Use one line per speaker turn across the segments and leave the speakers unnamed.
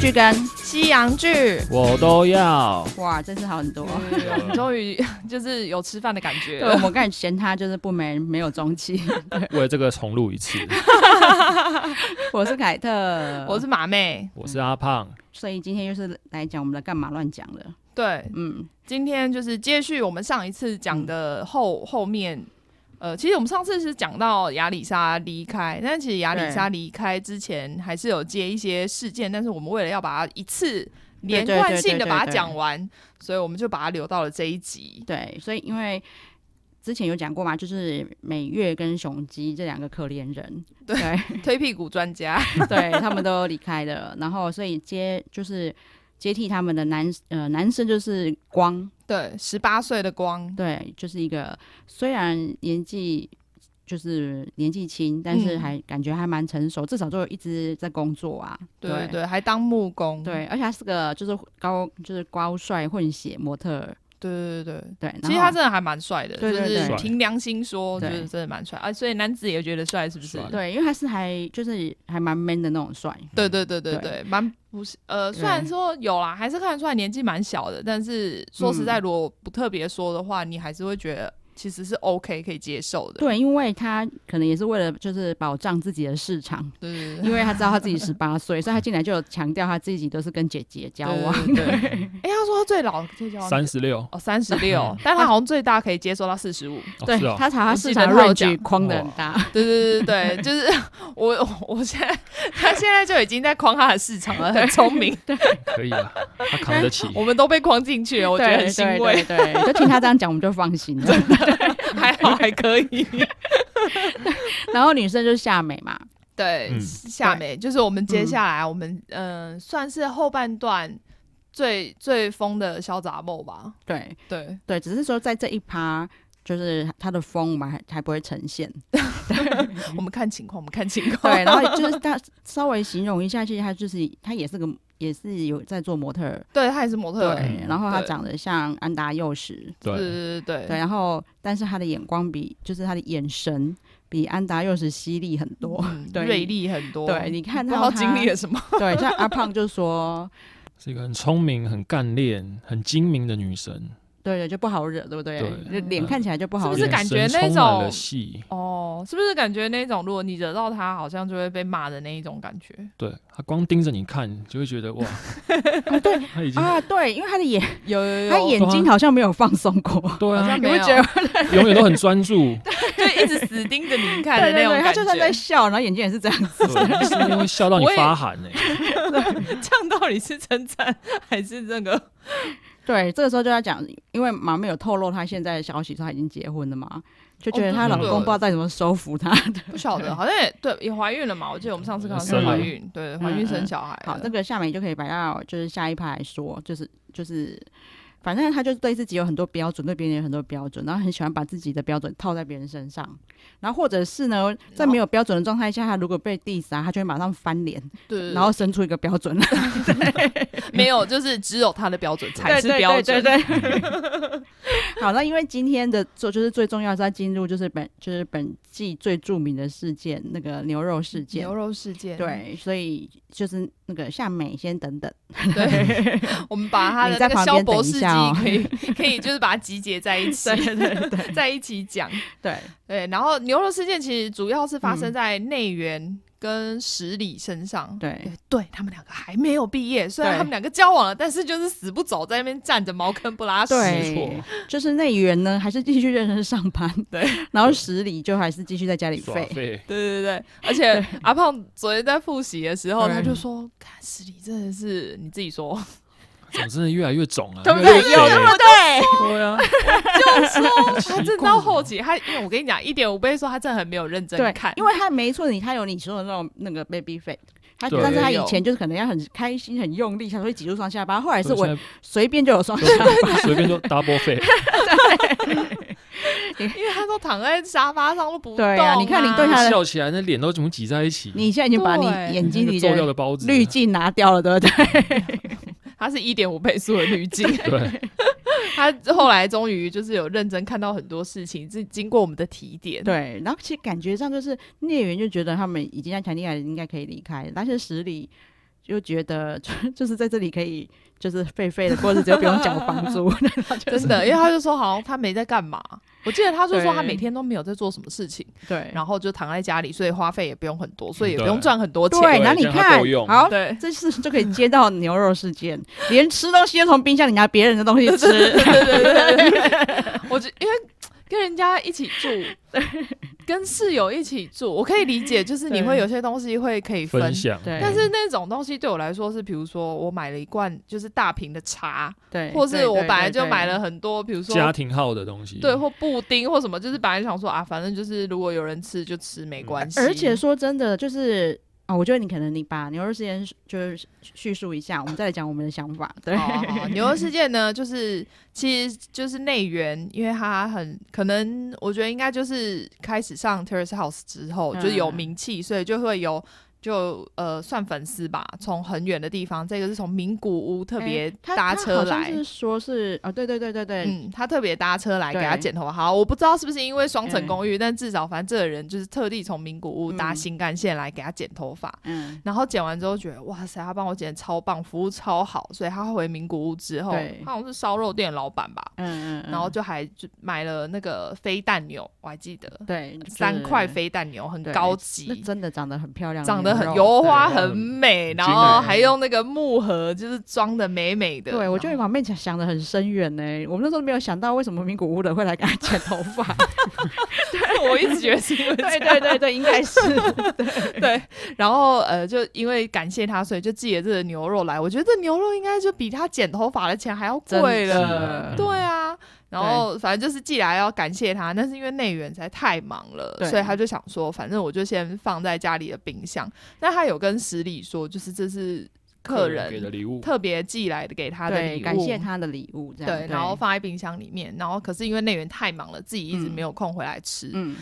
剧跟
西洋剧，
我都要。
哇，这次好很多。
对 终于就是有吃饭的感觉
对，我。们刚才嫌他就是不没没有中 气。
为了这个重录一 次，
我是凯特，
我是马妹，
我是阿胖，
所以今天就是来讲我们的干嘛乱讲了。
对，
嗯，
今天就是接续我们上一次讲的后、后面。呃，其实我们上次是讲到亚里莎离开，但其实亚里莎离开之前还是有接一些事件，但是我们为了要把它一次连贯性的把它讲完，所以我们就把它留到了这一集。
对，所以因为之前有讲过嘛，就是美月跟雄鸡这两个可怜人，
对
对
推屁股专家，
对他们都离开了，然后所以接就是接替他们的男呃男生就是光，
对，十八岁的光，
对，就是一个虽然年纪就是年纪轻，但是
嗯
还感觉还蛮成熟，至少就一直在工作啊。
对
对
对还当木工，
对而且他是个就是高就是高帅混血模特儿，
对对对对。
对。
其实
然
他
后
真的还蛮帅的，
对对
就是
对
凭良心说，就
对
是真的蛮帅啊。所以男子也觉得帅，是不是
帅？
对，因为他是还就是还蛮 man 的那种帅，
对对对对
对
对，蛮不是呃，
对
虽然说有啦，还是看得出来年纪蛮小的，但是说实
嗯
在，如果不特别说的话，你还是会觉得其实是 OK 可以接受的。
对，因为他可能也是为了就是保障自己的市场，
对对对对
因为他知道他自己十八岁，所以他进来就有强调他自己都是跟姐姐交往。
对 对对对哎，他说他最老最
嗯
交往
三十六。
哦三十 六，但他好像最大可以接受到四十五。
哦
对
是，哦，
他查他
我
市
记得
场
他有
range
讲
框的很大，
对对对对对，就是 我我现在他现在就已经在框他的市场了，很聪明，
可以啊，他 扛得起。
我们都被框进去了，我觉得很
对
欣
对
慰，
对对，就听他这样讲，我们就放心了。
还好还可以。
然后女生就是夏美嘛，
对，
嗯
夏美就是我们接下来我们嗯、呃算是后半段最最疯的小杂梦吧。
对
对，
对，只是说在这一趴，就是她的风我们还还不会呈现，
我们看情况，我们看情况。
对，然后就是她稍微形容一下，其实她就是她也是个也是有在做模特儿，
对，她也是模特儿。
对，然后她
对
长得像安达幼时，
对
对，
对对
对，
对
然后但是她的眼光比就是她的眼神比安达幼时犀利很多，
嗯
对
锐利很多。
对，，你看
不知
到
道
她
经历了什么。
对，像阿胖就说，
是一个很聪明、很干练、很精明的女生，
对对，就不好惹，对不对？
对
就脸看起来就不好
不
惹，
嗯是感觉
眼神
那
充满
种
了戏。
哦，是不是感觉那种，如果你惹到她，好像就会被骂的那一种感觉？
对他光盯着你看，就会觉得哇，
对
他已经
啊，对，因为她的眼，
有有有，
她眼睛好像没有放松过。
对
好
啊
像，
你
没
会
有
觉 得
永远都很专注，
就一直死盯着你 看的
对
那
对
种
对，他
感觉。
就算在笑，然后眼睛也是这样子。
对，甚至会笑到你
我也
发寒欸呢。
这样到底是称赞还是那个？
对，这个时候就要讲，因为妈妹有透露她现在的消息，说她已经结婚了嘛，就觉得她老公不知道再怎么收服她。
不晓得，好像也对，也怀孕了嘛。我记得我们上次看到是
生了
怀孕，对，怀孕生小孩了。
好，这个下面就可以摆到就是下一趴来说，就是就是。反正她就对自己有很多标准，对别人有很多标准，然后很喜欢把自己的标准套在别人身上，然后或者是呢，在没有标准的状态下，她如果被 diss 啊，她就会马上翻脸，
对对，
然后生出一个标准来，
对没有，就是只有他的标准才是标准。
对对对对对 好，那因为今天的做就是最重要是要进入就是本就是本季最著名的事件那个牛肉事件
牛。肉事件，
对，所以就是那个夏美先等等，
对， 我们把他的
你在
那个
旁
肖
边
博
等一
士机
下哦
可以 可以就是把它集结在一起，对对对， 在一起讲。
对
对，然后牛肉事件其实主要是发生在内园跟十里身上。
对
呃对他们两个还没有毕业，虽然
哎对
他们两个交往了，但是就是死不走，在那边站着茅坑不拉屎。
对，就是内援呢还是继续认真上班，
对，
然后十里就还是继续在家里
耍
废，
废，
对对对，而且阿胖昨天在复习的时候，
对
他就说：“看实力真的是你自己说，
怎么真的越来越肿啊？
对不
越来
对？
越
有那么
肥
对，
对啊，
他真的到后期，他因为我跟你讲，一点五倍说他真的很没有认真
对
看，，
因为他没错，你他有你说的那种那个 baby face，他
对
但是他
有
以前就是可能要很开心、很用力，才会挤出双下巴，后来是
对
我
现
随便就有 双下
在都随便就 double 废，
因为他都躺在沙发上都不动、
对啊你看你 对他的
笑起来那脸都怎么挤在一起？
你现在已经把你
对
眼睛
那
里
个皱掉
的啊
的包子，啊
滤镜拿掉了，对 不对？
他是一点五倍速的滤镜，
对，
他后来终于就是有认真看到很多事情，是经过我们的提点，
对，然后其实感觉上就是聂远就觉得他们已经在谈恋爱，应该可以离开了，但是十里又觉得就是在这里可以就是废废的过日子，又不用缴房 租，然后 就是
真的，因为他就说好像他没在干嘛。我记得他就说他
对
每天都没有在做什么事情，
对，嗯
然后就躺在家里，所以花费也不用很多，所以也不
对
用赚很多 钱。
对，
对
然后你
这样它
看
够用，
好，
对
这次就可以接到牛肉事 件，连吃东西都从冰箱里拿别人的东西吃，
我觉因为跟人家一起住，跟室友一起住，我可以理解，就是你
对
会有些东西会可以分，
分享，啊
对
但是那种东西对我来说是，比如说我买了一罐就是大瓶的茶，
对，
或是
对
我
对
本来
对
就
对
买了很多，比如
家
说
庭号的东西，
对或布丁或什么，就是本来想说啊，反正就是如果有人吃就吃，没关系。
嗯而且说真的，就是啊、我觉得你可能你把牛肉事件就是叙述一下，我们再来讲我们的想法。对，
好啊 好啊牛肉事件呢，就是其实就是内援，因为他很可能，我觉得应该就是开始上 Terrace House 之后，
嗯
就是有名气，所以就会有就呃算粉丝吧，从很远的地方，这个是从名古屋特别
哎他
搭
他
车
好像
来。
是说是啊、对对对对对，
嗯，他特别搭车来给
对
他剪头发。好，我不知道是不是因为双层公寓，但至少反正这个人就是特地从名古屋搭
嗯
新干线来给他剪头发。
嗯，
然后剪完之后觉得哇塞，他帮我剪得超棒，服务超好，所以他回名古屋之后，
对
他好像是烧肉店老板吧，
嗯嗯嗯，
然后就还就买了那个飞蛋牛，我还记得
对
三块，
就是
飞蛋牛，很
对
高
那
级。
真的长得很漂亮，
长得很
油。
油花，
对
很美，然
精
后
美
还用那个木盒，就是装的美美的。
对，我觉得
然后
往面想想的很深远呢、我们那时候没有想到，为什么名古屋人会来给他剪头 发？
我一直觉得是因为
对
这样
对对对，应该是
对， 然后呃，就因为感谢他，所以就寄了这个牛肉来。我觉得这牛肉应该就比他剪头发的钱还要
真
贵
的
了，对啊。然后反正就是寄来要感谢他，但是因为内援实在太忙了，
对
所以他就想说，反正我就先放在家里的冰箱。但他有跟十里说，就是这是客
客给的
人
礼物，
特别寄来的给他的
对，
礼物，
感谢他的礼物，这样
对，然后放在冰箱里面。然后可是因为内援太忙了，自己一直
嗯
没有空回来吃。
嗯，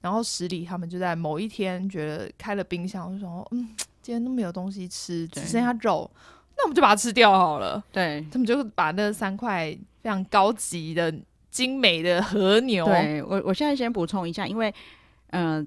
然后十里他们就在某一天觉得开了冰箱，就说嗯，今天都没有东西吃，只
对
剩下肉，那我们就把它吃掉好了。
对。
他们就把那三块非常高级的精美的和牛，
对我，我现在先补充一下，因为，呃，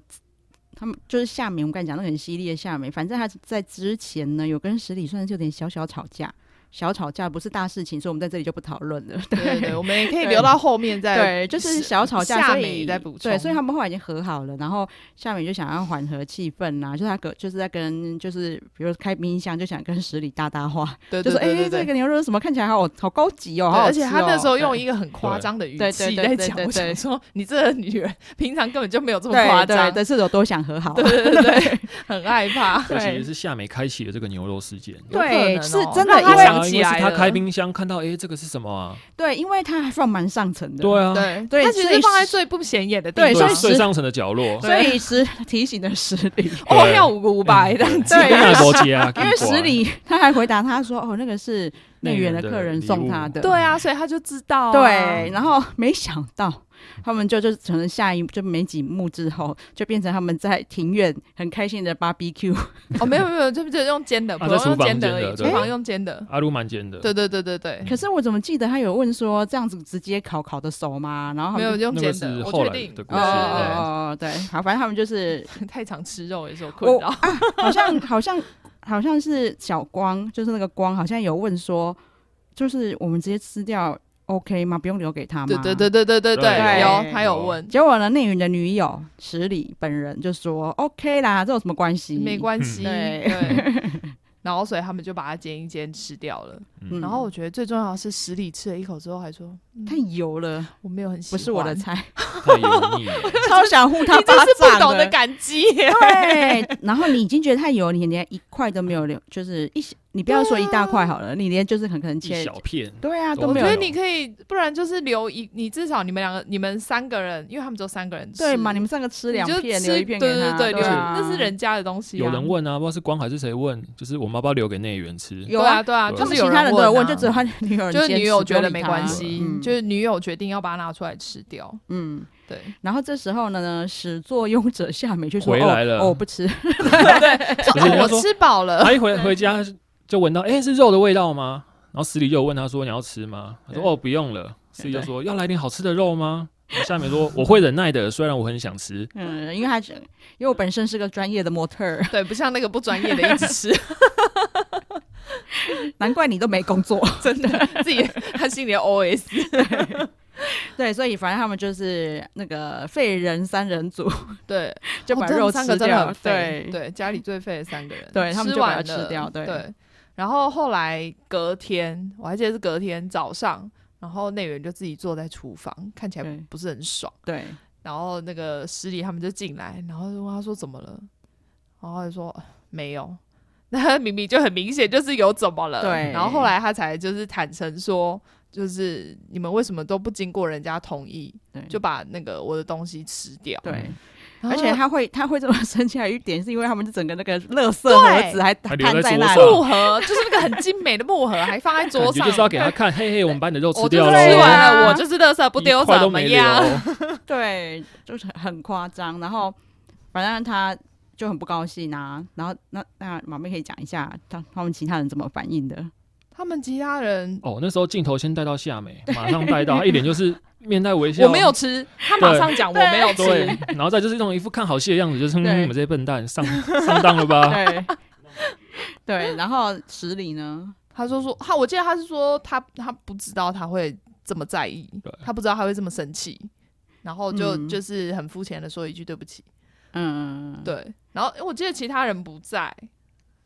他们就是夏美，我们刚才讲那个很犀利的夏美，反正他在之前呢有跟十里算是有点小小吵架，小吵架不是大事情，所以我们在这里就不讨论了。
对对 对，我们也可以留到后面再。
对，就是小吵架，
夏
所
美
以
在补充
对，所以他们后来已经和好了，然后夏美就想要缓和气氛呐、就是他跟就是在跟就是比如开冰箱就想跟十里搭搭话，
对
就
对
说哎、
对对
这
对。
个牛肉什么看起来好好高级哦，
对
好好
而
吃
且
哦、
他那时候用
对
一个很夸张的语
对对
气
对
在
对
讲，
对
我想
对
说你这个女人平常根本就没有这么夸
对对
张，
对，是有多想和好，
对对对，很害怕。
这其
对
实是夏美开启了这个牛肉事件。啊
有可能
对
哦
是真
让
的啊
他
因为
想起
因为
来
是他
了
开冰箱看到，哎，这个是什么啊？
对，因为他还放蛮上层的，
对啊，
对，
对
它其实
所以
是放在最不显眼的地
对
方，
所以
对，
是
最上层的角落，
所以十提醒了十里，
哦，
对
要五五百的，
对
那摩羯啊，
因为十里他还回答他说：“哦，那个是内园的客人送他的。”
对啊，所以他就知道、啊，
对，然后没想到他们就就可能下一就没几幕之后，就变成他们在庭院很开心的 BBQ。
哦，没有没有，这不就用煎的，
啊
不用
在
用
厨房
煎的
煎
而
的
已，
对
厨房用煎的，
阿鲁蛮尖的，
对对对对对，
可是我怎么记得他有问说这样子直接烤烤的熟吗？然后他
没
们
有用
那
煎
个
的，
是
我
后
确
来
定嗯
的，故
哦
事，
哦
对
哦哦对，好，反正他们就是
太常吃肉也是有困
我
扰，
好像好像好像是小光，就是那个光，好像有问说，就是我们直接吃掉 OK 吗？不用留给他吗？
对对对对对对对，
对
有他有
有
问，
结果呢，内云的女友十里本人就说 OK 啦，这有什么关系？
没关
嗯
系，
嗯对
对。 然后，所以他们就把它煎一煎吃掉了。
嗯
然后我觉得最重要的是，十里吃了一口之后还说
太油了，：“
我没有很喜
不
欢。”
是我的， 菜，
太油腻了，
超想护 他
你
巴
真
掌
是不懂得
的。
感激耶。
对，然后你已经觉得太油，你连一块都没有留， 就是一小，你不要说一大块好了，你连就是很可能
一
切
小，片，
对啊， 都
我
没
觉
有
得
有
你可以，不然就是留一，你至少你们两个、你们三个人，因为他们只有三个人吃，
对嘛？你
们
们上个吃
你
两
就
片，
吃
留一片给
对对
他，
对，留
对啊
那是人家的东西、啊。
有人问啊，不知道是光还是谁问，就是我们要不要留给内援 吃？
有
对啊，对啊，
对
他们
就是
其
有
他人都
问啊
有问，就只有他女友，
就是女友觉得没
理他
关系，
嗯
就是女友决定要把它拿出来吃掉。
嗯。
对，
然后这时候呢，始作俑者夏美就说：“
回来了
哦，哦不吃。
说
人
哦，
家
我
说
吃饱了，
他一回回家就闻到，哎，是肉的味道吗？然后十里就有问他说你要吃吗？他说
对
哦不用了。十里就说要来点好吃的肉吗？然后夏美说我会忍耐的，虽然我很想吃”。
嗯，因为他因为我本身是个专业的模特儿，
对，不像那个不专业的一直吃。
难怪你都没工 作。
真的自己他心里 的 OS
对，所以反正他们就是那个废人三人组，
对，
就
哦
把
真的
肉
三
吃
个真的
掉。
很废
对，
对，家里最废的三个人，
对他们
吃
就把
完
它
了
吃掉对
对，然后后来隔天，我还记得是隔天早上，然后内员就自己坐在厨房，看起来
对
不是很爽。
对，
然后那个师弟他们就进来，然后就问他说怎么了，然后他就说呃没有。 那他明明就很明显就是有怎么了，
对
然后后来他才就是坦诚说，就是你们为什么都不经过人家同意
对
就把那个我的东西吃掉？
对，而
然后
且他会他会这么生气，还有一点是因为他们整个那个垃圾盒子还
还留
摊
在
在那
桌上
里，
木盒就是那个很精美的木盒，还放在桌
感觉
上，
就是要给他看，嘿嘿，我们把你的肉吃
我就
掉
是
了
吃
对
哦，
完了，
啊
我就是垃圾不丢
一块都
怎么
没
样？
留
对，就是很夸张。然后反正他就很不高兴啊。然后那那马妹可以讲一下他他们其他人怎么反应的？
他们其他人
哦，那时候镜头先带到夏美，马上带到，她一脸就是面带微笑。
我没有吃，他马上讲我没有
对
吃，，
然后再就是那种一副看好戏的样子，就是哼嗯
对
你们这些笨蛋上上当了吧？
对 对，然后十里呢？
他说说他，我记得他是说他他不知道他会这么在意
对，
他不知道他会这么生气，然后就、
嗯
就是很肤浅的说一句对不起，
嗯，
对，然后我记得其他人不在，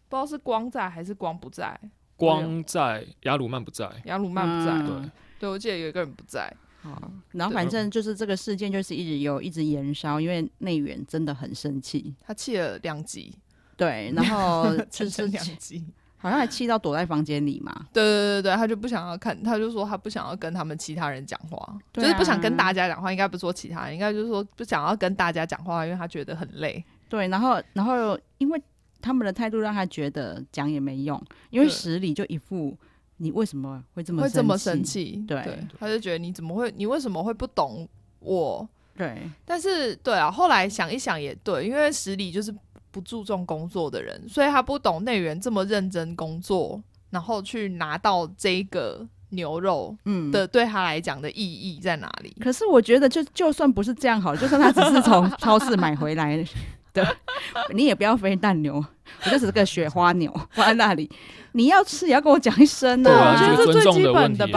不知道是光在还是光不在，
光在雅鲁曼不在，
雅鲁曼不在，
嗯
对，
对我记得有一个人不在，
好，然后
对
反正就是这个事件就是一直有一直延烧，因为内援真的很生气，
他气了两集，
对，然后就是
整整两集，
好像还气到躲在房间里嘛，
对对对对，他就不想要看，他就说他不想要跟他们其他人讲话，就
对
是不想
啊
跟大家讲话，应该不是说其他人，应该就是说不想要跟大家讲话，因为他觉得很累。
对，然后然后因为他们的态度让他觉得讲也没用，因为
对
十里就一副你为什么会这么
会这么生
生？
气，
对
他就觉得你怎么会，你为什么会不懂我？
对
但是对啊，后来想一想也对，因为十里就是不注重工作的人，所以他不懂内援这么认真工作，然后去拿到这个牛肉
嗯
的、对他来讲的意义在哪里？
可是我觉得就，就算不是这样好了，就算他只是 从超市买回来的， 你也不要飞蛋牛，我就只是个雪花牛放在那里，你要吃也要跟我讲一声
对啊
我
啊
觉得
这个
这最
尊重
基
的
本
问题
的
啊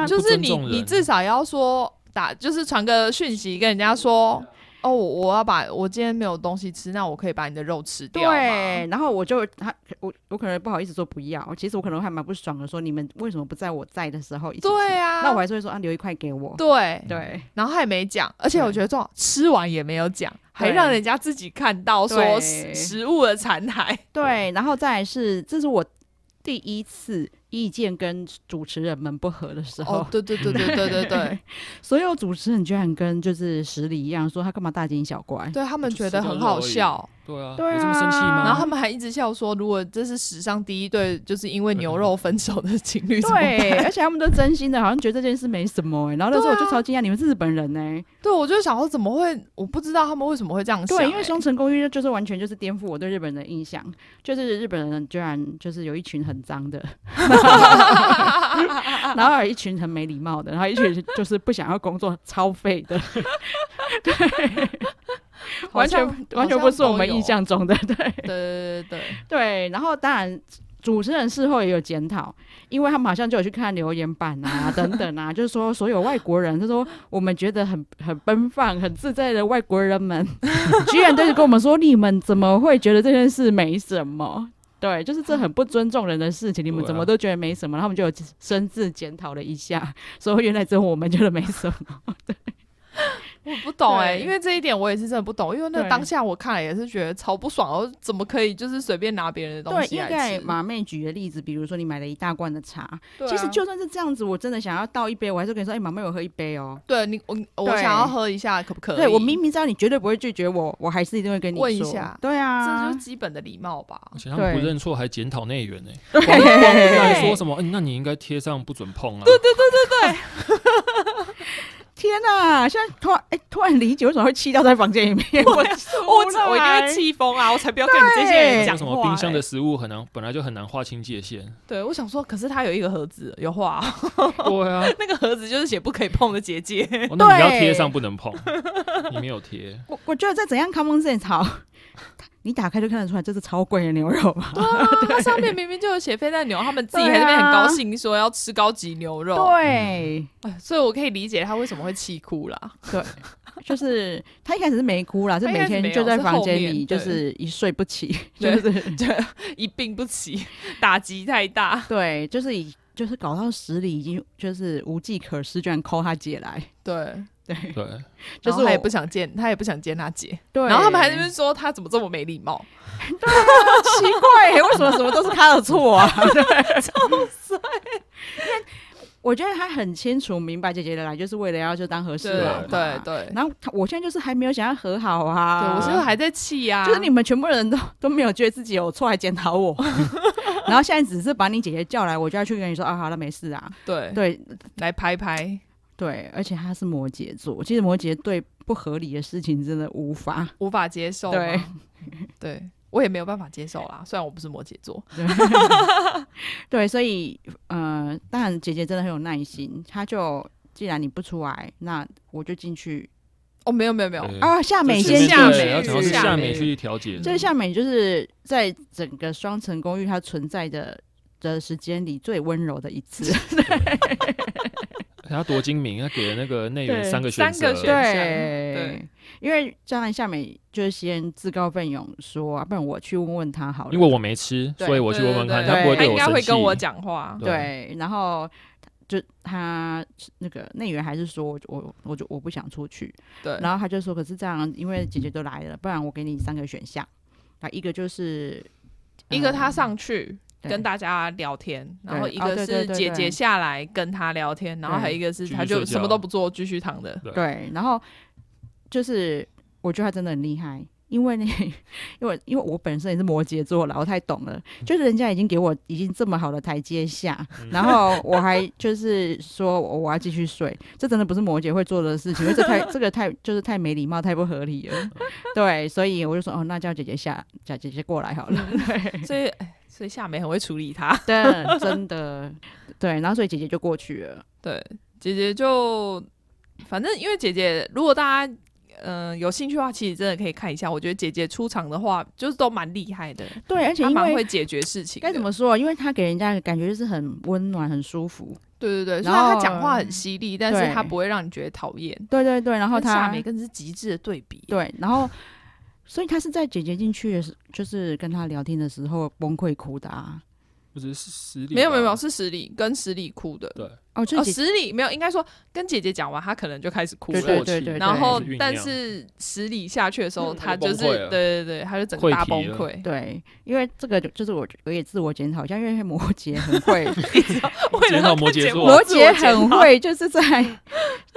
吧，
对
就
啊
是你
不尊重人
你至少要说打，就是传个讯息跟人家说，哦，我我要把我今天没有东西吃，那我可以把你的肉吃掉吗
对，然后我就他我我可能不好意思说不要，其实我可能还蛮不爽的，说你们为什么不在我在的时候一起吃？
对啊，
那我还是会说啊，留一块给我。
对，
对
然后他也没讲，而且我觉得这种吃完也没有讲，还让人家自己看到说
对
食食物的 残骸。
对，然后再来是，这是我第一次意见跟主持人们不合的时候，
哦，对对对对对对对，
所有主持人居然跟就是实里一样说他干嘛大惊小怪。
对他们觉得很好笑，
对啊，
对啊
有这么生气吗？
然后他们还一直笑说，如果这是史上第一对就是因为牛肉分手的情侣怎么办？
对，而且他们都真心的，好像觉得这件事没什么、欸、然后那时候我
啊
就超惊讶，你们是日本人呢、 欸
对，我就想说怎么会？我不知道他们为什么会这样想、
对，因为
欸
《双城公寓》就是完全就是颠覆我对日本人的印象，就是日本人居然就是有一群很脏的， 然后有一群很没礼貌的，然后一群就是不想要工作、超废的，对，完全
哎好像
完全不是我们印。象中的，对
好像都有对对对对
对。然后当然。主持人事后也有检讨，因为他们好像就有去看留言板啊等等啊，就是说所有外国人，他说我们觉得很很奔放、很自在的外国人们， 居然就是跟我们说你们怎么会觉得这件事没什么？对，就是这很不尊重人的事情，你们
对啊
怎么都觉得没什么？然后他们就有深自检讨了一下，说原来只有我们觉得没什么。
对，我不懂哎、
对
因为这一点我也是真的不懂，因为那
对
当下我看了也是觉得超不爽，我怎么可以就是随便拿别人的东
对，
西
应
来
该
吃？
马妹举的例子，比如说你买了一大罐的茶，
对啊
其实就算是这样子，我真的想要倒一杯，我还是跟你说，哎、马妹，我喝一杯哦。
对你我我
对
想要喝一下，可不可以？
对我明明知道你绝对不会拒绝我，我还是一定会跟你说。
问一下
对啊，
这就是基本的礼貌吧。
而且他们
对
不认错，还检讨内援呢。
对
那还说什么？嗯，那你应该贴上不准碰啊。
天哪、现在突然哎、突然理解为什么会气到在房间里面，我
我
我
我一定会。气疯啊！我才不要跟你这些人
对
为
讲
什
话、
么冰箱的
欸
食物很难，本来就很难划清界限。
对，我想说，可是他有一个盒子，有画、
对啊，
那个盒子就是写不可以碰的结界。
哦那你要
对
贴上不能碰，你没有贴。
我我觉得再怎样 common sense 好，你打开就看得出来，这是超贵的牛肉吧？
对啊，它上面明明就有写飞蛋牛，他们自己还在那边很高兴说要吃高级牛肉，
对，
哎所以我可以理解他为什么会气哭啦。
就是他一开始是没哭啦，是
他一
每
开始
天
没有
就在
是
房
后
间
面
里，就
对
是一睡不 起，就
对
是
这一病不起，打击太大。
对，就是以就是搞到十里已经就是无计可施，居然 call 他姐来，
对，
对，
对，
就
就是是他也
我
不想见，他也不想见他姐。
对，
然后他们还在那边说他怎么这么没礼貌，
奇怪、为什么什么都是他的错 啊？对，臭帅。我觉得他很清楚明白姐姐的来就是为了要就当和事佬嘛
对对对，
然后他我现在就是还没有想要和好啊，
对我现在还在气呀，
就是你们全部人都都没有觉得自己有错，还检讨 我。然后现在只是把你姐姐叫来，我就要去跟你说啊，好了，没事啊。
对
对
来拍拍，
对，而且他是摩羯座，其实摩羯对不合理的事情真的无法。
无法接受吗。
对
对，我也没有办法接受啦。虽然我不是摩羯座，
对，所以呃，当然姐姐真的很有耐心，她就既然你不出来，那我就进去
哦，没有没有没有，
对
啊，夏美
每
就是
先进
间
夏
进去
美要讲到是
夏
夏
美
美去调解，
就是夏美就是在整个双层公寓它存在的的时间里最温柔的一次。
他多精明，他给了那个内
对
援三个
三
选择
个，选项
对
对，
因为将来夏美就是先自告奋勇说，啊不然我去问问他好了。
因为我没吃，
对
所以我去问问看，
对对
他不会
他
对
应
我
该
生
会
气。
跟我讲话。
对
对，然后就他那个内员还是说我我我就我不想出去，
对，
然后他就说，可是这样，因为姐姐都来了，不然我给你三个选项啊，一个就是
一个他
嗯
上去
对
跟大家聊天，然后一
哦
个
对对
是
对
姐
对
姐下来跟他聊天，然后还有一个是
继续
他就
睡觉
什么都不做，继续躺着。
对，然后就是我觉得他真的很厉害，因为呢， 因为因为我本身也是摩羯座啦，我太懂了，就是人家已经给我已经这么好的台阶下，然后我还就是说我我要继续睡，这真的不是摩羯会做的事情，因为这 太这个太就是太没礼貌，太不合理了。对，所以我就说哦，那叫姐姐下叫姐姐过来好了。
所以，哎所以夏美很会处理他。
对，真的对，然后所以姐姐就过去了。
对，姐姐就反正因为姐姐，如果大家。嗯、有兴趣的话，其实真的可以看一下。我觉得姐姐出场的话，就是都蛮厉害的，
对，而且
她
因
蛮
为
会解决事情的。
该怎么说，啊因为她给人家的感觉就是很温暖、很舒服。
对对对，
然
虽然她
后嗯
讲话很犀利，但
对
是她不会让你觉得讨厌。
对对对，然后
跟夏
他
美更是极致的对比。
对，然后所以他是在姐姐进去的时，就是跟他聊天的时候崩溃哭的啊。
不是是实力吧，啊
没有没有没有，是十里跟十里哭的。
对，
哦，就
哦，
是姐、
十里没有，应该说跟姐姐讲完，她可能就开始哭
对
了。
对
过
对
气
对
然后
开始酝，
但
酿
是十里下去的时候，
嗯
她
她就
就是
崩溃
对
了
对对，她就整个大崩
溃
溃。
对，因为这个就就是我我也自我检讨一下，因为摩羯 很会，
为了
检讨
要
摩
看
羯
节目
座
摩
我自我
羯
检
很
讨
会就是在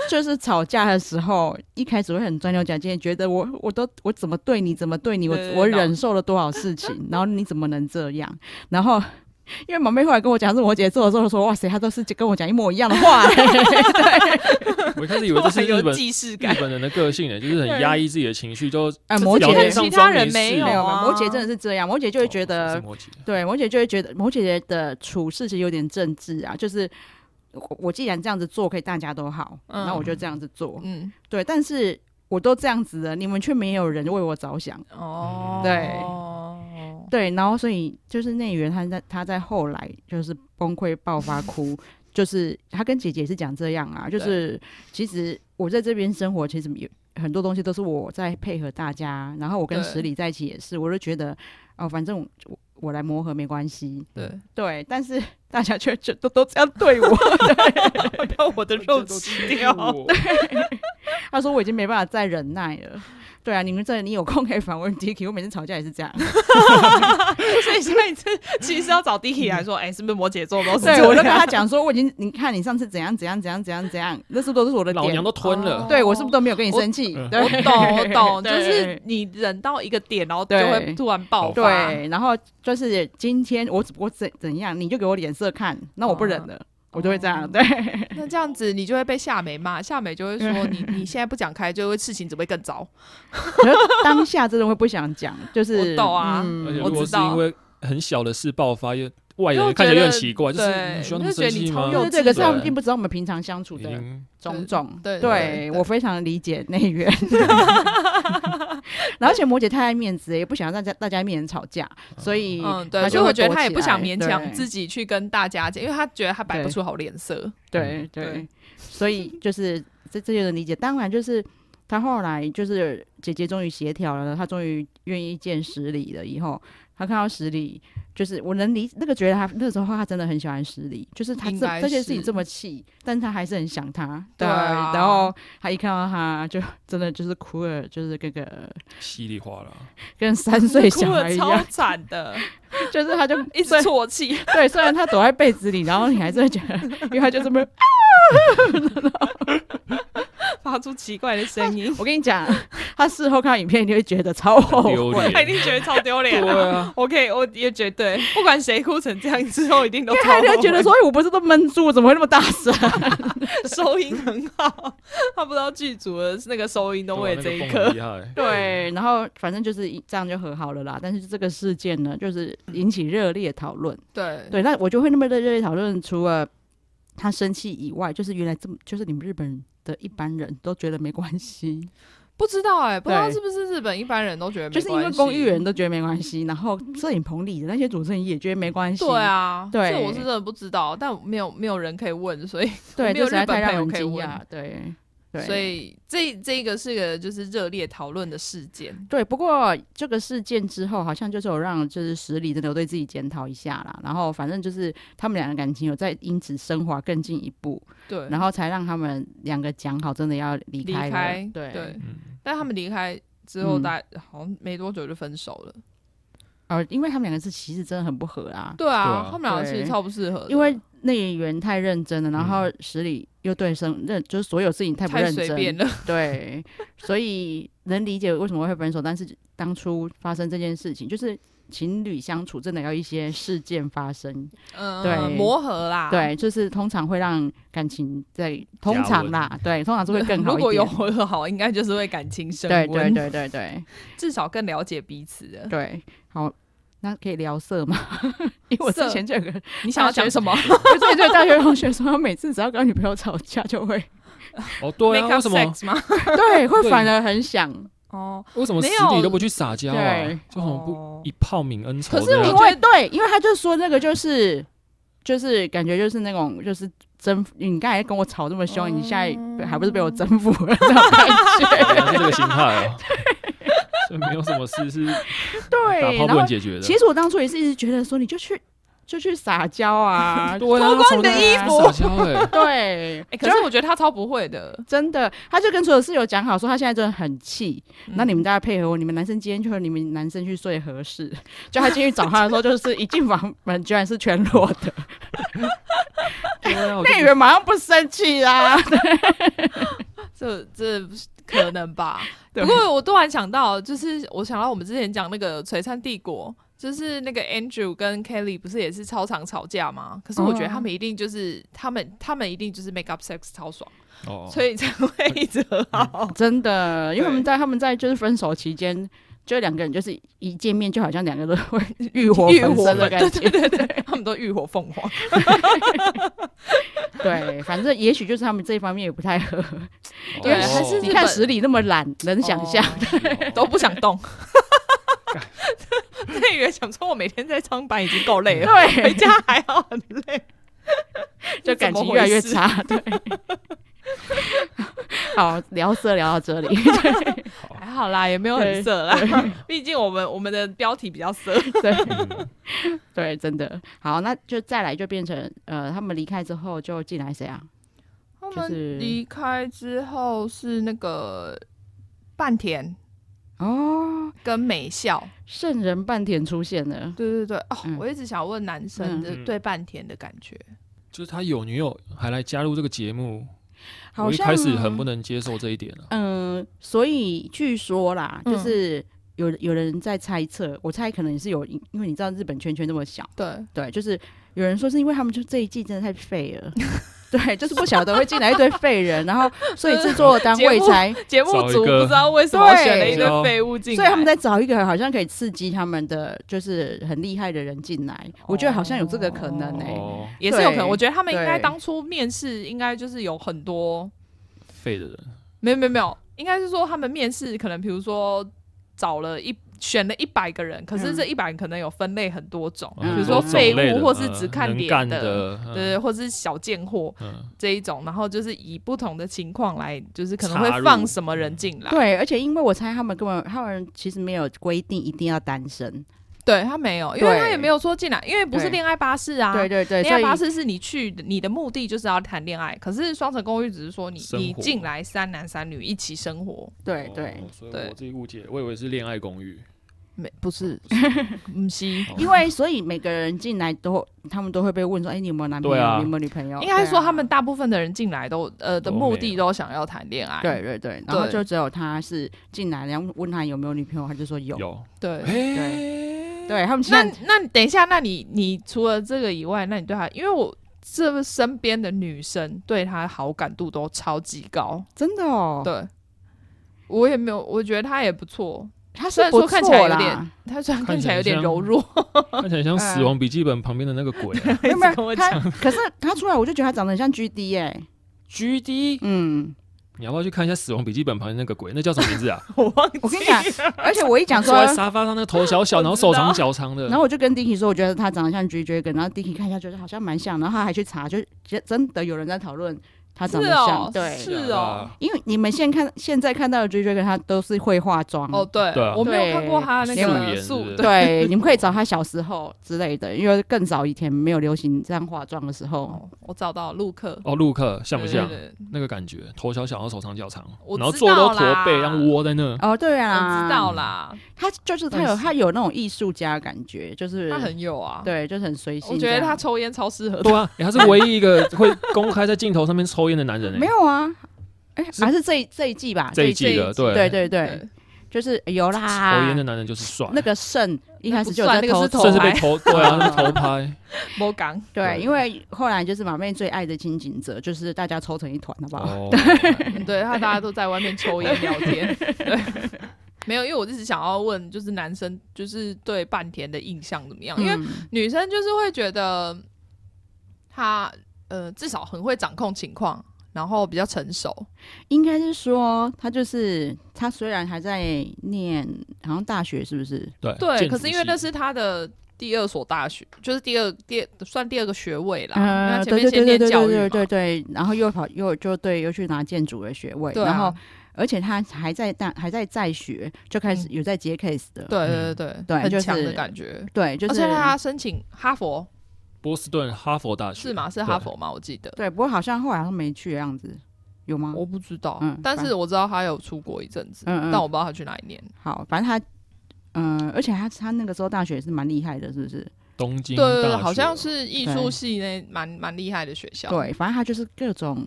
就是吵架的时候，一开始会很钻牛角尖，觉得我我都我怎么对你怎么对你，我
对对
我
对
忍受了多少事情，然后你怎么能这样？然后。因为毛妹后来跟我讲是摩羯座的时候，我说哇塞，她都是跟我讲一模一样的话、
我一开始以为这是
有
日本
既视
日
感。
本人的个性呢，就是很压抑自己的情绪，就
啊，
就是
摩
表
羯
面
人
上
其他
装
人
没
没
事
有
没有
啊
摩羯真的是这样，摩羯就会
哦
觉
我
得，
是摩羯
对，摩羯就会觉得摩羯的处事其实有点政治啊，就是我我既然这样子做，可以大家都好，
嗯
那、我就这样子做，
嗯，
对，但是我都这样子了，你们却没有人为我着想。
哦，
对对，然后所以就是内源他在他在后来就是崩溃爆 发哭，就是他跟姐姐也是讲这样啊，就是其实我在这边生活，其实有很多东西都是我在配合大家，然后我跟
对
十里在一起也是，我就觉得哦，反正我我我来磨合没关系，
对，
对，但是 大家却却都都这样对 我，
把我的肉吃掉。
他说我已经没办法再忍耐了。对啊，你们这你有空可以访问 Dicky，我每次吵架也是这样。
所以下一次其实要找 Dicky 来说，哎，是不是摩羯座都 是
对，啊
这
我就
样
跟他讲说，我已经你看你上次怎样怎样怎样怎样怎样，那是不是都是我的
老
点
娘？都吞了
哦，
对我是不是都没有跟你
我
生气？
嗯
对
我懂，我 懂，就
对
是你忍到一个点，然后就
对
会突然爆发。
对，然后就是今天我我怎怎样，你就给我脸色看，那我不忍了，我就会这样。
哦
对，
那这样子你就会被夏美骂，夏美就会说 你你现在不讲开，就会事情只会更糟。
可是当下真的会不想讲，就是
我懂啊
而且
嗯
我
如果
知
是
道
因为很小的事爆发，又外
因为
人
我
看起来
觉
就
得
很奇怪，就是
对
你需要那
我
对对
就觉得你超？幼
么生气吗
对，可是他们
对
并不知道我们平常相处
已
的
经
种种。
对
对
对对
我非常理解内源， 然后而且摩羯太爱面子，也不想让大家大家面前吵架，所以
嗯，
他
对，
就
所以
会
我觉得
躲
他也
起
不想
来
勉
对
强自己去跟大家讲，因为他觉得他摆不
对
出好脸 色。
对对
嗯对，
所以就是这这就能理解。当然，就是他后来就是姐姐终于协调了，他终于愿意见十里了。以后他看到十里，就是我能理那个觉得他那时候他真的很喜欢十里，就是他
应
这
该
这件事情
是
这么气，但他还是很想他。
对啊
然后他一看到他就真的就是哭了，就是跟个
稀里哗啦，
跟三岁
哭
小孩
的
一
超
样，
惨 的，
就是他就
一直啜泣。
对，虽然他躲在被子里，然后你还是会觉得，因为他就这么
发出奇怪
，
的声音
我跟你讲，他事后看到影片，你会觉得超后
哦
丢
悔。
他一
脸。
定觉得超丢脸。
对啊，
OK，我也绝对，不管谁哭成这样之后，一 定
因
都
为 他
超后
就会觉得
悔
说，哎，我不是都闷住，怎么会那么大声？
收音很好，他不知道剧组的那个收音都为了这一
对啊那个
刻
凤梨。厉 害，
对，然后反正就是这样就和好了啦。但是这个事件呢，就是引起热烈讨论。
对
对，那我就会那么热烈讨论，除了他生气以外，就是原来这么，就是你们日本的一般人都觉得没关系，
不知道哎、不知道
对
是不是日本一般人都觉得没
就是因为
关系
公寓人都觉得没关系，然后摄影棚里的那些主持人也觉得没关系。
对，啊，
对
这我是真的不知道，但没有没有人可以问，所以
对，这
没有
实在
日本
太让
朋友
人
可以
惊
问
讶。对，对，
所以这这个是个就是热烈讨论的事件。
对，不过这个事件之后，好像就是有让就是十里真的有对自己检讨一下啦。然后反正就是他们两个感情有在因此升华更进一步，
对，
然后才让他们两个讲好真的要离
离
开了。
开，
对
对
嗯，
但他们离开之后，
嗯
大概好像没多久就分手了。
呃，因为他们两个是其实真的很不合啊，
对
对
啊
啊，
他们两个其实
对
超不适合的，
因为内员太认真了，然后
嗯
十里又对生认就是所有事情太不
太
认
随
真，
便了。
对，所以能理解为什么会分手，但是当初发生这件事情，就是情侣相处真的要一些事件发生。
嗯，
对
磨合啦。
对，就是通常会让感情在通
加
常
温
啦，对，通常是会 更好
如
一
果有
点。
磨合好，应该就是会感情升
对
温，
对对对对
至少更了解彼此了。
对，好，那可以聊色吗？ 因为我之
色
前就有个，
你想要
大学
讲什么？
我之前就有大学同学说，他每次只要跟女朋友吵架就 会，
哦对
Make
啊，为
up
什么
sex 吗？
对，会反而很想，
哦，
为什么
没
实
有
力都不去撒娇啊
对？
就很不
哦
一炮泯恩仇
可是
这
我
因
样。
觉
为
得
对，因为他就说那个就是就是感觉就是那种就是。征服你刚才跟我吵这么凶，你现在还不是被我征服了？那种感觉
原 来是这个心态哦，所以没有什么事是打
对，
炮
然
不
后
能解决的。
其实我当初也是一直觉得说，你就去就去撒娇 啊，
对啊，
脱光
什么
你的
都
衣
不
服
撒娇 哎，
对，
哎，可是我觉得他超不会的。
真的，他就跟所有室友讲好说，他现在真的很气，
嗯
那你们大家配合我，你们男生今天就和你们男生去睡合适。 就他进去找他的时候，就是一进房门居然是全裸 的，
对啊，我就
那人马上不生气
啊
啦。
这这不是可能吧？
对
不过我突然想到，就是我想到我们之前讲那个《璀璨帝国》，就是那个 Andrew 跟 Kelly 不是也是超常吵架吗？可是我觉得
哦
他们一定就是、他们他们一定就是 make up sex 超爽，
哦，
所以才会一直和好。
哦真的，因为
对
他们在他们在就是分手期间。就两个人就是一见面，就好像两个人会 欲火
浴
焚
火
身的
焚
感觉。
对对对对，他们都浴火凤凰。
对，反正也许就是他们这一方面也不太合。
哦
对
还
还
是
是
你
日
看
本
十里那么懒，能想象。
哦
都不想 动。内员想说，我每天在上班已经够累了，回
对，
家还要很累，
哎 就感情越来越差。对，好，聊色聊到这里，
还好啦，也没有很色啦， 毕竟我们我们的标题比较色。
对
嗯
对，真的好，那就再来就变成呃，他们离开之后就进来谁啊？
他
就是
们离开之后是那个半田
哦，
跟美笑，
圣人半田出现了，
对对对，哦，
嗯
我一直想问男生的
嗯
对半田的感觉，
就是他有女友还来加入这个节目，
好
我一
像
开始很不能接受这一点啊。
嗯、所以据说啦，就
嗯
是。有有人在猜测，我猜可能也是有，因因为你知道日本圈圈那么小，
对，
对，就是有人说是因为他们就这一季真的太废了， 对，就是不晓得会进来一堆废人，然后所以制作单位
节目
才，
节目
找一
组不
个哦
知道为什么
对
选了一堆废物进来，
所以他们在找一个好像可以刺激他们的，就是很厉害的人进来，我觉得好像有这个可能呢、欸
哦，
也是有可能，
对
我觉得他们应该
对
当初面试应该就是有很多
废的人，
没有没有没有，应该是说他们面试可能，比如说找了一选了一百个人，可是这一百可能有分类很多种，
哦
嗯
比如
嗯
说废
种类的
物，或是
嗯
只看
能
脸
干
的，
的，嗯
对，或是小贱货
嗯，
这一种，然后就是以不同的情况来，就是可能
插
会
入
放什么人进来。
对，而且因为我猜他们根本他们其实没有规定一定要单身，
对他没有，因为他
对
也没有说进来，因为不是
对
恋爱巴士啊。
对对对，所
恋爱
以
巴士是你去的，你的目的就是要谈恋爱。可是双城公寓只是说你
生活
你进来三男三女一起生活，
对对
哦，所以
对
我自己误解，我以为是恋爱公寓，
没不
哦
是， 不是，
因为所以每个人进来都他们都会被问说，哎，你有没有男朋
对
友？
啊
你有没有女朋友？
应该
对
说
啊
他们大部分的人进来都呃的
都
目
没
的
有
都想要谈恋爱。
对对对，然后
对
就只有他是进来，然后问他有没有女朋友，他就说有。
有，
对。
哎，
对他们现
那
在
那你等一下，那你你除了这个以外，那你对他，因为我这身边的女生对他好感度都超级高，
真的哦，
对。我也没有，我觉得他也不错。
他
虽
是
然
不
说看起来
错
有
啦
点，他虽然看
看
起
起
来
来
有点
像
柔弱，
看起来像《死亡笔记本》旁边的那个 鬼啊
没有
一直跟
没
我
有他，可是他出来我就觉得他长得很像 GD 哎，
，GD，
嗯，
你要不要去看一下《死亡笔记本》旁边那个鬼？那叫什么名字 啊？
我忘记。
我跟你 讲，而且我一讲说
坐。在沙发上，那头小 小，然后手长脚长的，
然后我就跟 Dicky 说，我觉得他长得像 G J 跟，然后 Dicky 看一下觉得好像蛮像，然后他还去查，就觉真的有人在讨论他长
是
得像，
哦，
对，
是
啊
哦，
因为你们现在看现在看到的 J J 跟他都是会化妆，
哦，对
对啊，
我没有看过他那
嗯对素
个
颜
素
是不 是
对
对，你们可以找他小时候之类的，因为更早以前没有流行这样化妆的时候，
哦我找到陆克，
哦，陆克像不
对
像
对？对
那个感觉，头小小，然后手长脚长，
我
然后
知
坐
道
都驼背，
啦
然后窝在那。
哦，对
我
啊，
知道啦，
他就是他有他有那种艺术家的感觉，就是
他很有啊。，
对，就是很随性
我
这
觉
样。
得他抽烟超适合的
对。啊，欸他是唯一一个会公开在镜头上面抽烟的男人诶。
没有啊，哎、
是
还是这一这一季
啊
吧，
这一
一
季的，对
对对对，就是有啦，
抽烟的男人就是帅，
那个肾一开始就有
那
在
不算
偷
啊
偷啊
那个
甚至
头
被
拍
偷，对啊，那是偷拍。
某港
对，
对
因为后来就是马妹最爱的清景者，就是大家抽成一团，好不好？
哦，
对他大家都在外面抽烟聊天，对，没有，因为我一直想要问，就是男生就是对半田的印象怎么样？因为
嗯
女生就是会觉得他呃至少很会掌控情况，然后比较成熟，
应该是说他就是他虽然还在念好像大学是不是？
对
对，
建
可
筑
是因为
系
那是他的第二所大学，就是第二第二算第二个学位啦，
呃，
那前
对
面
对对
先
对
念
对
教育
对
嘛，
对对，然后又跑又就对又去拿建筑的学位，
对啊
然后而且他还在大还在在学，就开始有在接 case 的，
对对对
嗯对就
很
是
强的感觉。
对，就
而
是
且他申请哈佛
波士顿哈佛大学
是吗？是哈佛吗？我记得，
对，不过好像后来好像没去的样子，有吗？
我不知道
嗯，
但
反
是我知道他有出国一阵子，
嗯嗯
但我不知道他去哪一年。
好，反正他，嗯、而且他他那个时候大学也是蛮厉害的，是不是？
东京
对
大学，哦
对对，好像是艺术
对
系那蛮蛮厉害的学校，，
对，啊反正他就是各种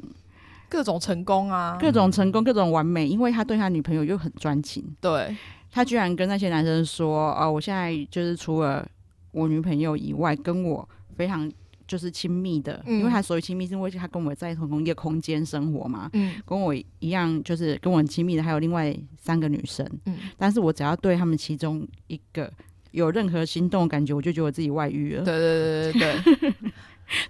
各种成功啊，
各种成功，各种完美，因为他对他女朋友又很专情，
对
他居然跟那些男生说，啊，我现在就是除了我女朋友以外，跟我非常就是亲密的，因为
嗯
他所谓亲密是因为他跟我在同一个空间生活嘛。
嗯
跟我一样，就是跟我很亲密的还有另外三个女生，
嗯，
但是我只要对他们其中一个有任何心动的感觉，我就觉得我自己外遇了
对。对对对 对，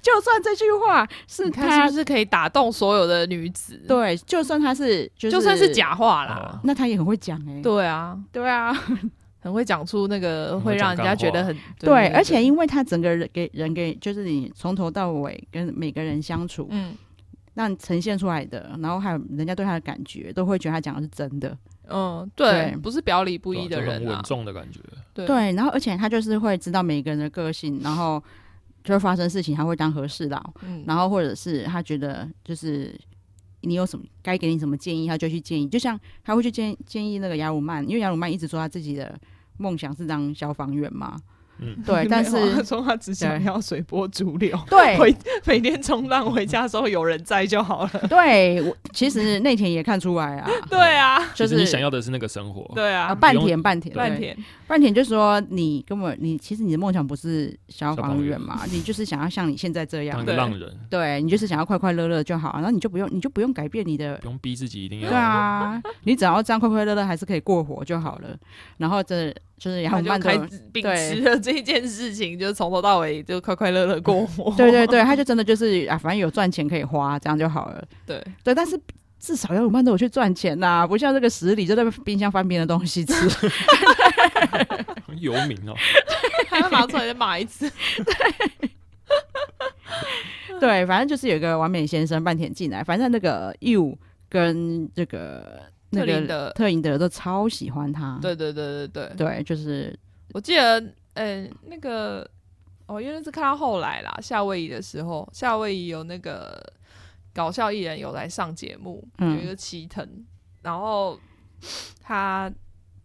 就算这句话是
你看
他，
是不是可以打动所有的女子？，
对，就算他是，就是、
就算是，假话啦
哦，
那他也很会讲哎、
对啊，
对啊，
很会讲出那个
很
会
会
让
讲
人家觉
干
得
话
很
对，而且因为他整个人给人给，就是你从头到尾跟每个人相处，
嗯
那呈现出来的，然后还有人家对他的感觉，都会觉得他讲的是真的。
嗯，对
对，
不是表里不
对啊
一的
就
人
很
啊
稳，重的感觉。
对
对，然后而且他就是会知道每个人的个性，然后就发生事情，他会当和事佬，
嗯，
然后或者是他觉得就是你有什么该给你什么建议，他就去建议。就像他会去建建议那个雅鲁曼，因为雅鲁曼一直说他自己的梦想是当消防员嘛，
嗯，
对，但
没有啊
是
说他只
对
要随波逐 流，
对
回每天冲浪回家的时候有人在就好 了。
对，我其实那天也看出来 啊，
对啊，
就
其
是
实你想要的是那个生活，
对
啊
啊，
半
不用
田半田
半
对
天
半田就说你根本你其实你的梦想不是消
消
防
防
员
员
嘛，你就是想要像你现在这
当
样
一，个
对
浪人，
对你就是想要快快乐乐就好，然后你就不用你就不用改变你的
不用逼自己一定
对
要。
啊，你只要这样快快乐乐，还是可以过活就好了。然后这就是杨
他就
曼
开
的，
始秉持了这件事情，就从头到尾就快快乐乐过活。
对对对，他就真的就是啊，反正有赚钱可以花，这样就好了。
对
对，但是至少要有慢着我去赚钱呐、不像这个十里就在冰箱翻别人的东西吃。
游 民哦，
还要拿出来再骂一次。
对，反正就是有一个完美先生半田进来，反正那个 you 跟这个 那
特
个
林德
特林德都超喜欢他。
对对对对对，
对，就是
我记得，嗯、那个，哦，因为是看到后来啦，夏威夷的时候，夏威夷有那个搞笑艺人有来上节目，
嗯
有一个齐藤，然后他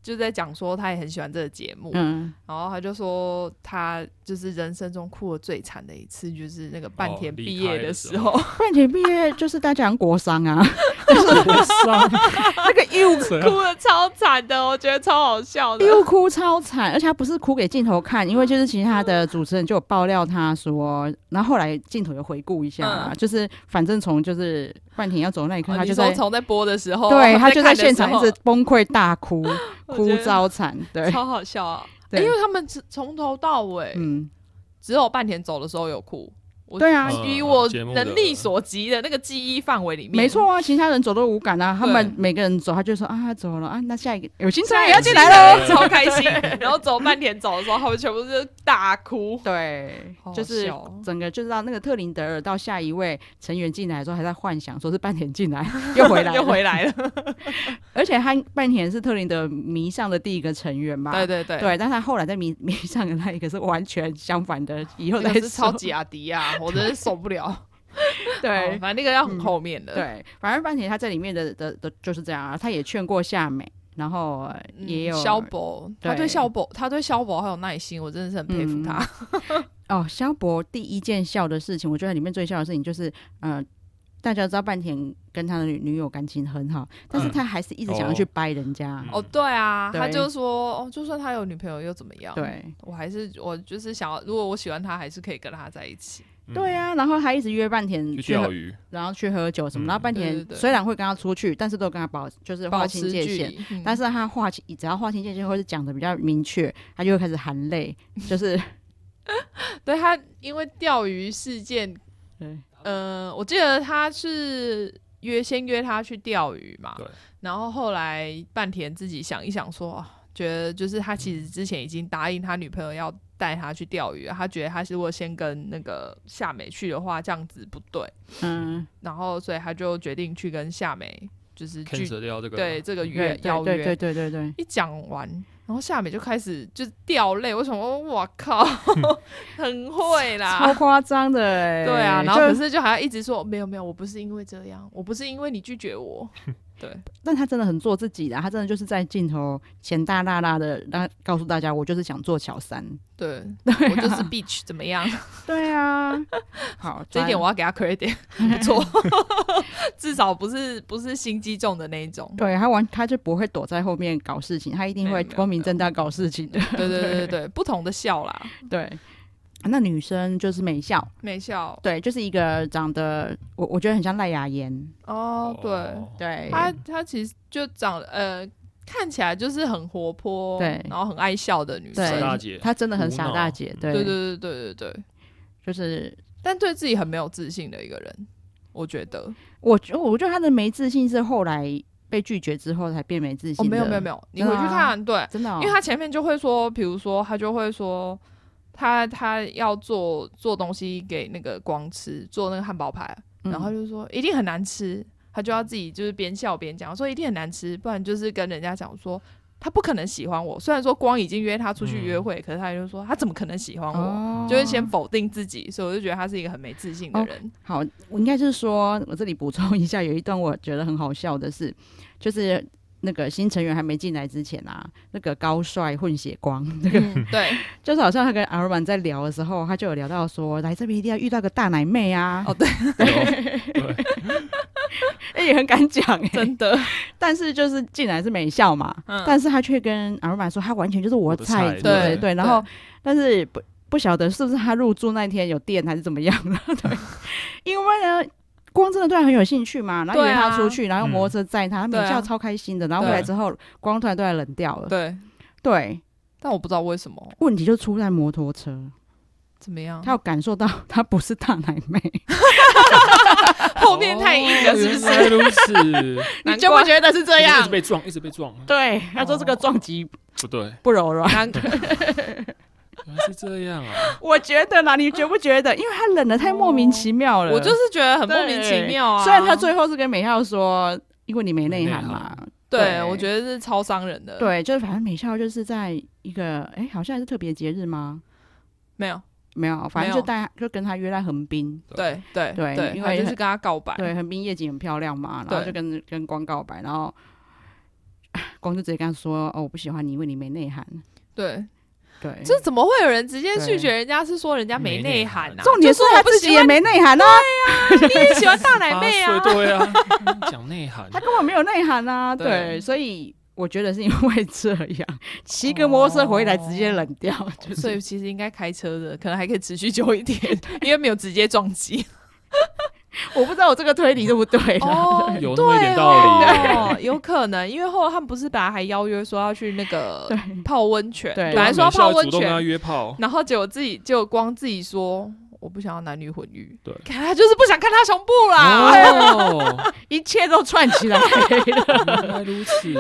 就在讲说他也很喜欢这个节目，
嗯，
然后他就说他就是人生中哭的最惨的一次，就是那个半
哦
田
离
毕
开
业
的时
时候，
半田毕业就是大家讲国商啊，
我 伤，
那个 you
怎 样
哭的超惨的，我觉得超好笑的。哦
又哭超惨，而且他不是哭给镜头看，因为就是其他的主持人就有爆料他说，然后后来镜头又回顾一下啊、
嗯
就是反正从就是半田要走那一刻，
哦
他
你
就
说
在、
从在播的时候，
对
他
他就在
看的
现
时
场一
候
直崩溃大哭，
我
哭
觉得
超惨，对，
超好笑啊！
对
因为他们从从头到尾，
嗯，
只有半田走的时候有哭。我
对啊
以
嗯
我
节目的
能力所及的那个记忆范围里面，
没。错啊，其他人走都无感啊，他们
对
每个人走，他就说啊，他走了啊，那下一个有新
虽
生
然
也要进来了，
了，
对
超开心。然后走半田走的时候，他们全部就是大哭，
对
好，好
就是
笑哦
整个就是让那个特林德尔到下一位成员进来的时候，还在幻想说是半田进来 又回来了，
又回来了。
而且他半田是特林德迷上的第一个成员嘛，
对对对，
但他后来在迷迷上的那一个是完全相反的，以后
那
再
个是
说
超级阿迪 啊，我真是受不了。
对 嗯
哦。反正那个要很后面的。
对，反正半田他在里面的的的就是这样啊，他也劝过夏美，然后呃
嗯
也有、
萧博，他
对嗯
对萧博，他对萧博很有耐心，我真的是很佩服他。
哦，萧博第一件笑的事情，我觉得里面最笑的事情就是，呃，大家知道半田跟他的女女友感情很好，但是
嗯
他还是一直想要
哦
去掰人家，
哦，对
嗯
啊，
对
他就说，哦，就算他有女朋友又怎么样？
对。
我还是我就是想要，如果我喜欢他，还是可以跟他在一起。
嗯
对，啊，然后他一直约半田
去
去喝
钓，鱼，
然后去喝酒什么，
嗯
然后半
对
田
对对
虽然会跟他出去，但是都跟他保就是划
保
清
持
界
距
限，
离，嗯
但是他划清只要划清界限或是讲的比较明确，他就会开始含泪， 就是
对他因为钓鱼事件，
对
呃，我记得他是约先约他去钓鱼嘛
对，
然后后来半田自己想一想说，啊觉得就是他其
嗯
实之前已经答应他女朋友要带他去钓鱼了，他觉得他如果先跟那个夏美去的话，这样子不对，
嗯，
然后所以他就决定去跟夏美就是拒
cancel 掉这个，
对这个约
对
邀
对
约，
对对对对对，
一讲完，然后夏美就开始就掉泪，我想说，我靠， 很会
超
啦。
夸张的哎、
啊对啊，然后
就
可是就还要一直说没有没有，我不是因为这样，我不是因为你拒绝我，对，
但他真的很做自己的，啊他真的就是在镜头前大大大的让告诉大家，我就是想做小三。
对，
对、啊，
我就是 bitch 怎 么样？
对啊。 好，
这一点
反
我要给他 credit，不错， 至少不是不是心机重的那一种。
对他完他就不会躲在后面搞事情，他一定
没有
会
没有
光明正大搞事情的。
对对对对对，不同的笑啦，
对。那女生就是美笑，
没笑
对，就是一个长得我我觉得很像赖雅妍，
哦，对，
对，
他他其实就长得呃看起来就是很活泼，
对
然后很爱笑的女
对
傻
生，
大姐，
她真的很傻大姐
无，
对，
脑
对对对对对对，
就是
但对自己很没有自信的一个人，我觉得。哦
我觉我觉得她的没自信是后来被拒绝之后才变没自
哦，
信的、
没有没有没
有，
有，你回去
真的啊
看，对，
真的哦、
因为他前面就会说，比如说他就会说。他他要做做东西给那个光吃，做那个汉堡排，
嗯
然后就说一定很难吃，他就要自己就是边笑边讲，说一定很难吃，不然就是跟人家讲说他不可能喜欢我。虽然说光已经约他出去约会，可是他就说他怎么可能喜欢我，
嗯哦
就会先否定自己，所以我就觉得他是一个很没自信的
哦
人。
好，我应该是说，我这里补充一下，有一段我觉得很好笑的是，就是那个新成员还没进来之前啊，那个高帅混血光， 那个、
嗯，对，
就是好像他跟阿尔曼在聊的时候，他就有聊到说，来这边一定要遇到个大奶妹啊，
哦
哦，
对，
也很敢讲、欸，
真的，
但是就是进来是美笑嘛，
嗯
但是他却跟阿尔玛说他完全就是我的
我
菜，
的菜
对
对
对，然后但是不不晓得是不是他入住那天有电还是怎么样的， 对，因为呢。光真的对他很有兴趣嘛，然后
对
约
啊
他出去，然后用摩托车载他，他每
对啊
笑超开心的。然后回来
对
之后，光突然对他冷掉了。
对，
对，
但我不知道为什么，
问题就出在摩托车。
怎么样
他？有感受到他不是大奶妹，
后面太硬了，是不
哦原来
是？
如 此，
你
难
就会
怪
觉得是这
一直
样。
被撞，一直被撞，
对，他说这个撞击
不对，
不柔软。
难
原来是这样啊！
我觉得啦，你觉不觉得？因为他冷的太莫名其妙了，
哦我就是觉得很莫名其
对
妙啊。
虽然他最后是跟美孝说，因为你没内涵嘛，
对
对
我觉得是超伤人的。，
对，就是反正美孝就是在一个哎、好像还是特别节日吗？
没有，
没有，反正
没有
就带就跟他约在横滨，
对对
对
对，
因
他
为
就是跟他告白。
对，横滨夜景很漂亮嘛，然后
哎对
就跟跟光告白，然后光就直接跟他说哦，我不喜欢你，因为你没内涵。
对，
对，
这怎么会有人直接
对
拒绝人家？是说人家没
没内
内涵啊？
重点是
就说
他
我不
自己
喜
也
欢，
没内涵啊，
你也喜欢大奶妹啊
八？岁对啊，讲内涵
他，根本没有内涵啊，
对
对，所以。我觉得是因为这样，骑个摩托车回来直接
哦
冷掉， 就是
所以其实应该开车的，可能还可以持续久一 点，因为没有直接撞击。
我不知道我这个推理对不对啦。
哦
有那么一点道理
哦，有可能，因为后来他们不是本来还邀约说要去那个
对
泡温泉，
对
本来说要泡温
哎主动跟他
泉，
约炮，
然后结果自己结果光自己说我不想要男女混浴，
对啊
看他就是不想看他胸部啦。
哦，
一切都串起 来。
啊
原来如此。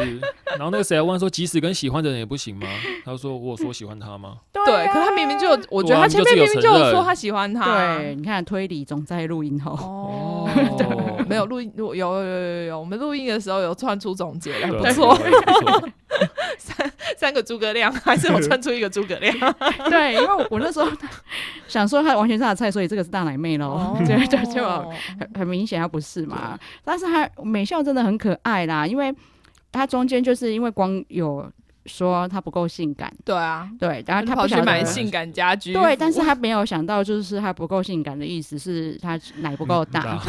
然后那个谁还问说，即使跟喜欢的人也不行吗？他说我有说喜欢他吗？
对，可他明明就有，我觉得他前面
对啊
明明
你就自己
就
有承认
有说他喜欢他。
对，，你看推理总在录音后，
哦
哦，
没有录音，录有有有有有，我们录音的时候有串出总结了，
对
不错，
对不错
三个诸葛亮，还 是我串出一个诸葛亮。
对，因为我那时候 想说他完全是他的菜，所以这个是大奶妹
哦
喽，哦 对对对，就很很明显他不是嘛。但是他美笑真的很可爱啦，因为他中间就是因为光有说他不够性感，
对啊，
对，然后他
跑
不
去
晓
买
得。
性感家居服，
对，但是他没有想到，就是他不够性感的意思是他奶不
嗯
够大，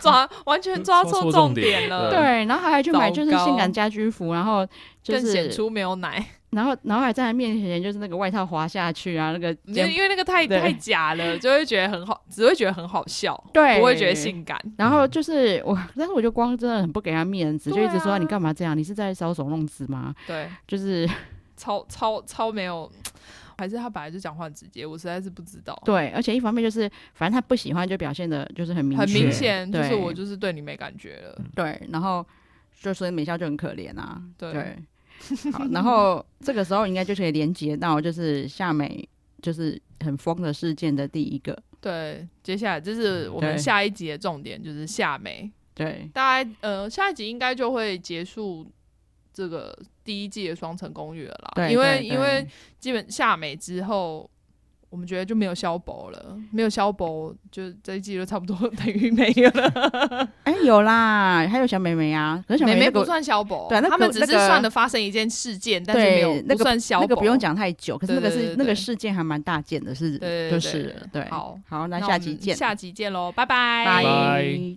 抓完全抓
抓
错重
错重点
点了，
对
对，然后还去买就是
糟糕
性感家居服，然后就
更显
是
出没有奶，
然后然后还在他面前就是那个外套滑下去啊，那个
因为
肩
因为那个太
对
太假了，就会觉得很好，只会觉得很好笑，
对，
不会觉得。性感。
然后就是我，但是我就光真的很不给他面子，就一直
对
说
啊
你干嘛这样？你是在搔首弄姿吗？
对，
就是
超超超没有，还是他本来就讲话很直接，我实在是不知道。
对，而且一方面就是，反正他不喜欢就表现的就是很明
很明
显，
显，就
对
是我就是对你没感觉了。
对。然后就所以美笑就很可怜啊，
对
对。好，然后这个时候应该就可以连接到就是夏美就是很疯的事件的第一个，
对，接下来就是我们
对
下一集的重点，就是夏美。
对
大概呃，下一集应该就会结束这个第一季的双城公寓了啦。
对，
因为
对
因为基本夏美之后，我们觉得就没有消薄了，没有消薄，就这一季就差不多等于没有 了。
哎有啦，还有小美美啊，可是小
美
美
美
那个
不算消薄，
对那个
他们只是
那个
算的发生一件事件，但是
对
没有
那
不
个
算消薄，
那个不用。讲太久，可是那个是
对对对对
那个事件还蛮大件的是，
对对对
就
对
是
对
对。
好
好，那
那
下
我
集
们
见，
下集见喽，
拜
拜